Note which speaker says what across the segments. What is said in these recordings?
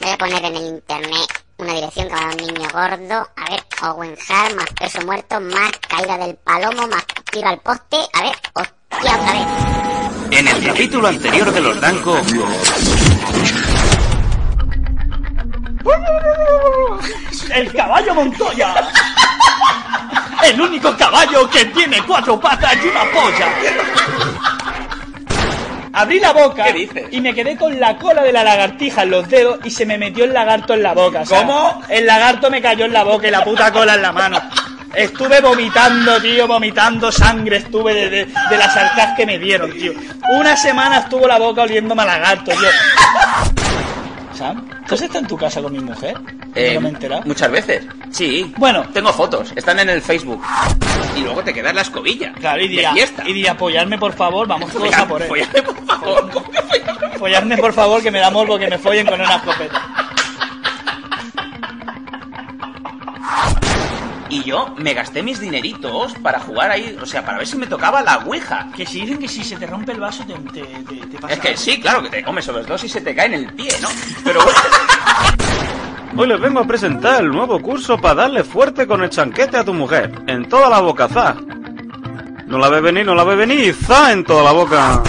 Speaker 1: Voy a poner en el internet una dirección que va a dar un niño gordo. A ver, Owen Hart, más peso muerto, más caída del palomo, más tiro al poste. A ver, hostia, otra vez.
Speaker 2: En el capítulo anterior de los Danco.
Speaker 3: ¡El caballo Montoya! ¡El único caballo que tiene cuatro patas y una polla! Abrí la boca y me quedé con la cola de la lagartija en los dedos y se me metió el lagarto en la boca. O sea,
Speaker 4: ¿Cómo?
Speaker 3: El lagarto me cayó en la boca y la puta cola en la mano. Estuve vomitando, tío, vomitando sangre, estuve de, de, de las arcas que me dieron, tío. Una semana estuvo la boca oliéndome a lagarto, tío. Sam, ¿tú has estado en tu casa con mi mujer?
Speaker 4: Eh,
Speaker 3: no me he enterado.
Speaker 4: Muchas veces. Sí.
Speaker 3: Bueno.
Speaker 4: Tengo fotos. Están en el Facebook. Y luego te quedas la escobilla.
Speaker 3: Claro, y dirá,
Speaker 4: de fiesta.
Speaker 3: y dirá, apoyarme por favor, vamos todos a por él.
Speaker 4: Follarme, por favor. ¿Cómo que follarme?
Speaker 3: Follarme por favor, que me da morbo que me follen con una escopeta.
Speaker 4: Y yo me gasté mis dineritos para jugar ahí, o sea, para ver si me tocaba la ouija.
Speaker 3: Que si dicen que si se te rompe el vaso te, te, te, te pasa
Speaker 4: Es que
Speaker 3: algo.
Speaker 4: sí, claro, que te comes sobre dos y se te cae en el pie, ¿no? Pero bueno.
Speaker 5: Hoy les vengo a presentar el nuevo curso para darle fuerte con el chanquete a tu mujer. En toda la boca, za. No la ve venir, no la ve venir, za en toda la boca.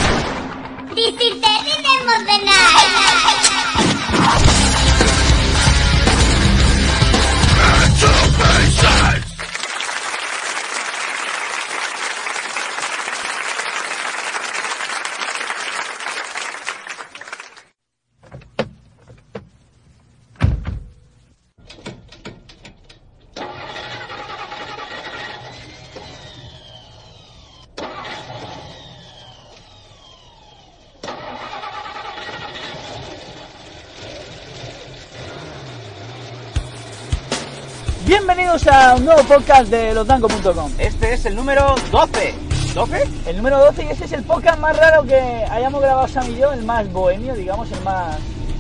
Speaker 3: Bienvenidos a un nuevo podcast de losdanco.com.
Speaker 4: Este es el número 12. ¿12?
Speaker 3: El número 12 y este es el podcast más raro que hayamos grabado Sam y yo, el más bohemio, digamos, el más...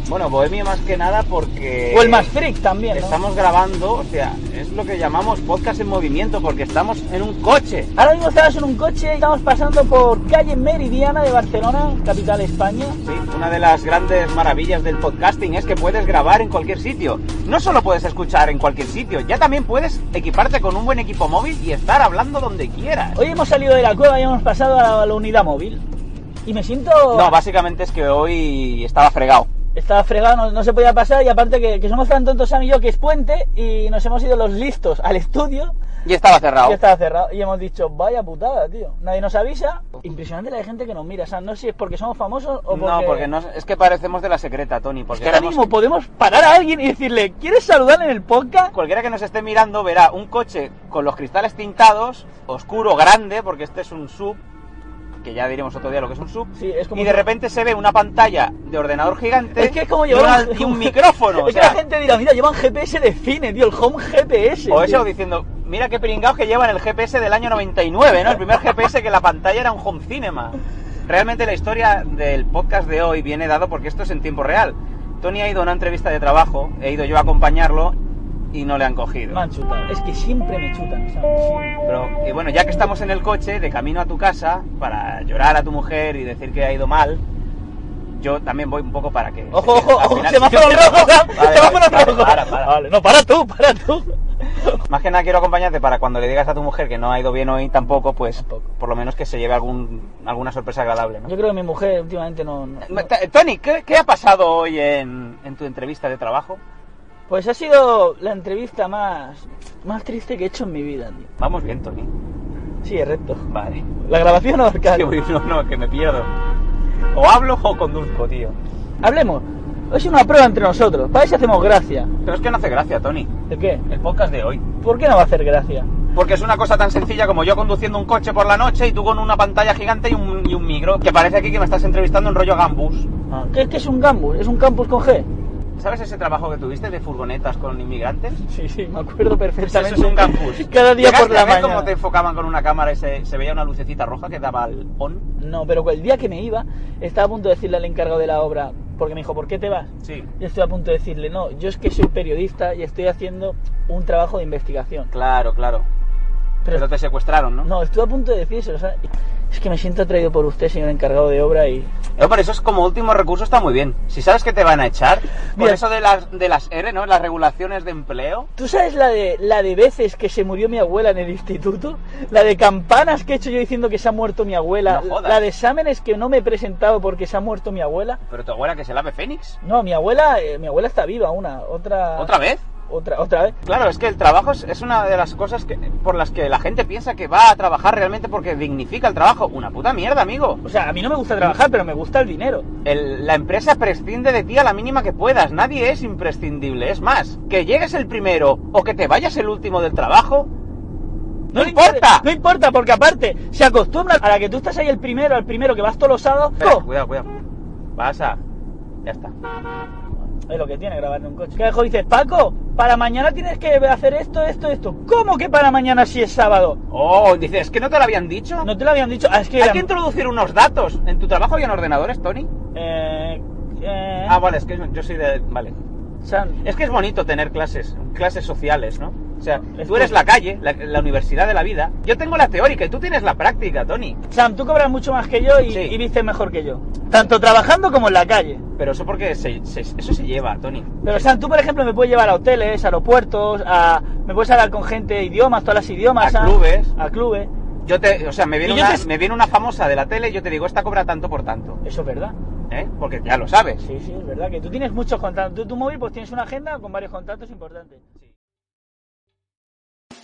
Speaker 6: Bueno, bohemio más que nada porque...
Speaker 4: Eh,
Speaker 3: O el más freak también, ¿no?
Speaker 6: Estamos grabando, o sea, es lo que llamamos podcast en movimiento porque estamos en un coche.
Speaker 3: Ahora mismo estamos en un coche, estamos pasando por calle Meridiana de Barcelona, capital de España.
Speaker 6: Sí, una de las grandes maravillas del podcasting es que puedes grabar en cualquier sitio. No solo puedes escuchar en cualquier sitio, ya también puedes equiparte con un buen equipo móvil y estar hablando donde quieras.
Speaker 3: Hoy hemos salido de la cueva y hemos pasado a la unidad móvil. Y me siento...
Speaker 6: No, básicamente es que hoy estaba fregado.
Speaker 3: Estaba fregado, no, no, se podía pasar y aparte que, que, somos tan tontos Sam y yo que es puente y nos hemos ido los listos al estudio.
Speaker 6: Y estaba cerrado.
Speaker 3: Y estaba cerrado. Y hemos dicho, vaya putada, tío. Nadie nos avisa. Impresionante la gente que nos mira. O sea, no sé si es porque somos famosos o porque...
Speaker 6: No, porque no, es que parecemos de la secreta, Tony. Porque
Speaker 3: es que ahora
Speaker 6: somos...
Speaker 3: mismo podemos parar a alguien y decirle, ¿quieres saludar en el podcast?
Speaker 6: Cualquiera que nos esté mirando verá un coche con los cristales tintados, oscuro, grande, porque este es un sub que ya diremos otro día lo que es un sub,
Speaker 3: sí, es como
Speaker 6: y de repente se ve una pantalla de ordenador gigante
Speaker 3: es que es como llevar
Speaker 6: y un micrófono.
Speaker 3: es que o sea... la gente dirá, mira, llevan GPS de cine, tío, el home GPS.
Speaker 6: O
Speaker 3: tío.
Speaker 6: eso diciendo, mira qué pringados que llevan el GPS del año 99, ¿no? El primer GPS que la pantalla era un home cinema. Realmente la historia del podcast de hoy viene dado porque esto es en tiempo real. Tony ha ido a una entrevista de trabajo, he ido yo a acompañarlo y no le han cogido.
Speaker 3: Me han chutado. Es que siempre me chutan, ¿sabes? Sí.
Speaker 6: Pero, y bueno, ya que estamos en el coche, de camino a tu casa, para llorar a tu mujer y decir que ha ido mal, yo también voy un poco para que...
Speaker 3: ¡Ojo, ojo, ojo! Final... ¡Semáforo rojo! Vale, ¡Semáforo vale, rojo! Vale, para, para. Vale, no, para tú, para tú.
Speaker 6: Más que nada quiero acompañarte para cuando le digas a tu mujer que no ha ido bien hoy tampoco, pues tampoco. por lo menos que se lleve algún, alguna sorpresa agradable. ¿no?
Speaker 3: Yo creo que mi mujer últimamente no... no, no...
Speaker 6: Tony, ¿qué, ¿qué, ha pasado hoy en, en tu entrevista de trabajo?
Speaker 3: Pues ha sido la entrevista más, más triste que he hecho en mi vida, tío.
Speaker 6: Vamos bien, Tony.
Speaker 3: Sí, es recto.
Speaker 6: Vale.
Speaker 3: ¿La grabación o Arcadio?
Speaker 6: Sí, no, no, que me pierdo. O hablo o conduzco, tío.
Speaker 3: Hablemos. Es una prueba entre nosotros. Para eso hacemos gracia.
Speaker 6: Pero es que no hace gracia, Tony.
Speaker 3: ¿De qué?
Speaker 6: El podcast de hoy.
Speaker 3: ¿Por qué no va a hacer gracia?
Speaker 6: Porque es una cosa tan sencilla como yo conduciendo un coche por la noche y tú con una pantalla gigante y un, y un micro. Que parece aquí que me estás entrevistando en rollo Gambus.
Speaker 3: Ah, ¿Qué es que es un Gambus? ¿Es un campus con G?
Speaker 6: ¿Sabes ese trabajo que tuviste de furgonetas con inmigrantes?
Speaker 3: Sí, sí, me acuerdo perfectamente.
Speaker 6: Eso es un campus.
Speaker 3: Cada día por la
Speaker 6: a ver
Speaker 3: mañana.
Speaker 6: cómo te enfocaban con una cámara y se, se, veía una lucecita roja que daba el on?
Speaker 3: No, pero el día que me iba, estaba a punto de decirle al encargado de la obra, porque me dijo, ¿por qué te vas?
Speaker 6: Sí.
Speaker 3: Yo estoy a punto de decirle, no, yo es que soy periodista y estoy haciendo un trabajo de investigación.
Speaker 6: Claro, claro. Pero, te secuestraron, ¿no?
Speaker 3: No, estuve a punto de decir eso. o sea, es que me siento atraído por usted, señor encargado de obra, y
Speaker 6: No, pero eso es como último recurso, está muy bien. Si sabes que te van a echar, por
Speaker 3: Mira.
Speaker 6: eso de las, de las R, ¿no? Las regulaciones de empleo.
Speaker 3: ¿Tú sabes la de, la de veces que se murió mi abuela en el instituto? La de campanas que he hecho yo diciendo que se ha muerto mi abuela.
Speaker 6: No jodas.
Speaker 3: la de exámenes que no me he presentado porque se ha muerto mi abuela.
Speaker 6: Pero tu abuela que se lave Fénix.
Speaker 3: No, mi abuela, eh, mi abuela está viva, una, otra.
Speaker 6: ¿Otra vez?
Speaker 3: Otra, otra vez.
Speaker 6: Claro, es que el trabajo es, es una de las cosas que, por las que la gente piensa que va a trabajar realmente porque dignifica el trabajo. Una puta mierda, amigo.
Speaker 3: O sea, a mí no me gusta trabajar, pero me gusta el dinero.
Speaker 6: El- la empresa prescinde de ti a la mínima que puedas. Nadie es imprescindible. Es más, que llegues el primero o que te vayas el último del trabajo, no
Speaker 3: le
Speaker 6: importa.
Speaker 3: No importa, porque aparte se acostumbra a la que tú estás ahí el primero, al primero que vas todos los sábados.
Speaker 6: Espera,
Speaker 3: ¡oh!
Speaker 6: cuidado, cuidado. Pasa. Ya está.
Speaker 3: Es lo que tiene grabar en un coche. Que dejo dices, Paco, para mañana tienes que hacer esto, esto, esto. ¿Cómo que para mañana si es sábado?
Speaker 6: Oh, dices, ¿es que no te lo habían dicho?
Speaker 3: No te lo habían dicho. Ah, es que.
Speaker 6: Hay
Speaker 3: la-
Speaker 6: que introducir unos datos. ¿En tu trabajo habían ordenadores, Tony?
Speaker 3: Eh, eh,
Speaker 6: Ah, vale, es que yo soy de... Vale.
Speaker 3: o sea,
Speaker 6: Es que es bonito tener clases, clases sociales, ¿no? O sea,
Speaker 3: Es
Speaker 6: tú eres
Speaker 3: bonito.
Speaker 6: la calle, la, la universidad de la vida. Yo tengo la teórica y tú tienes la práctica, Tony.
Speaker 3: Sam, tú cobras mucho más que yo y,
Speaker 6: Sí.
Speaker 3: y vistes mejor que yo. Tanto trabajando como en la calle.
Speaker 6: Pero eso porque se- se- eso se lleva, Tony.
Speaker 3: Pero Sam, tú por ejemplo me puedes llevar a hoteles, aeropuertos, a... me puedes hablar con gente de idiomas, todas las idiomas.
Speaker 6: A
Speaker 3: Sam.
Speaker 6: clubes.
Speaker 3: A clubes.
Speaker 6: Yo te, o sea, me viene,
Speaker 3: Y yo
Speaker 6: una,
Speaker 3: te-
Speaker 6: me viene una famosa de la tele y yo te digo, esta cobra tanto por tanto,
Speaker 3: Eso es verdad.
Speaker 6: ¿eh? Porque ya lo sabes.
Speaker 3: Sí, sí, es verdad que tú tienes muchos contratos. Tú, tu móvil pues tienes una agenda con varios contratos importantes.